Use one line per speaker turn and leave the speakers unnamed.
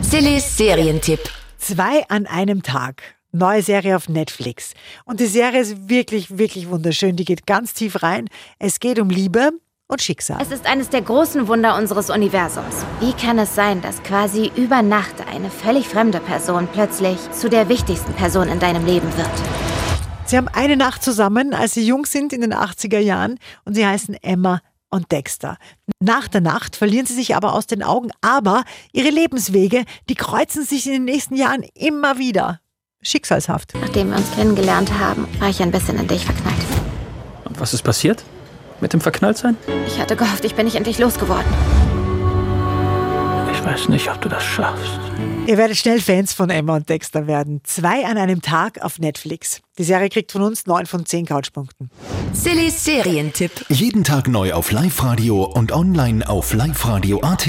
Sillys Serientipp.
Zwei an einem Tag. Neue Serie auf Netflix. Und die Serie ist wirklich, wirklich wunderschön. Die geht ganz tief rein. Es geht um Liebe und Schicksal.
Es ist eines der großen Wunder unseres Universums. Wie kann es sein, dass quasi über Nacht eine völlig fremde Person plötzlich zu der wichtigsten Person in deinem Leben wird?
Sie haben eine Nacht zusammen, als sie jung sind in den 80er Jahren und sie heißen Emma und Dexter. Nach der Nacht verlieren sie sich aber aus den Augen, aber ihre Lebenswege, die kreuzen sich in den nächsten Jahren immer wieder. Schicksalshaft.
Nachdem wir uns kennengelernt haben, war ich ein bisschen in dich verknallt.
Und was ist passiert? Mit dem Verknalltsein?
Ich hatte gehofft, ich bin nicht endlich losgeworden.
Ich weiß nicht, ob du das schaffst.
Ihr werdet schnell Fans von Emma und Dexter werden. Zwei an einem Tag auf Netflix. Die Serie kriegt von uns 9 von 10 Couchpunkten.
Sillys Serientipp.
Jeden Tag neu auf Live-Radio und online auf liveradio.at.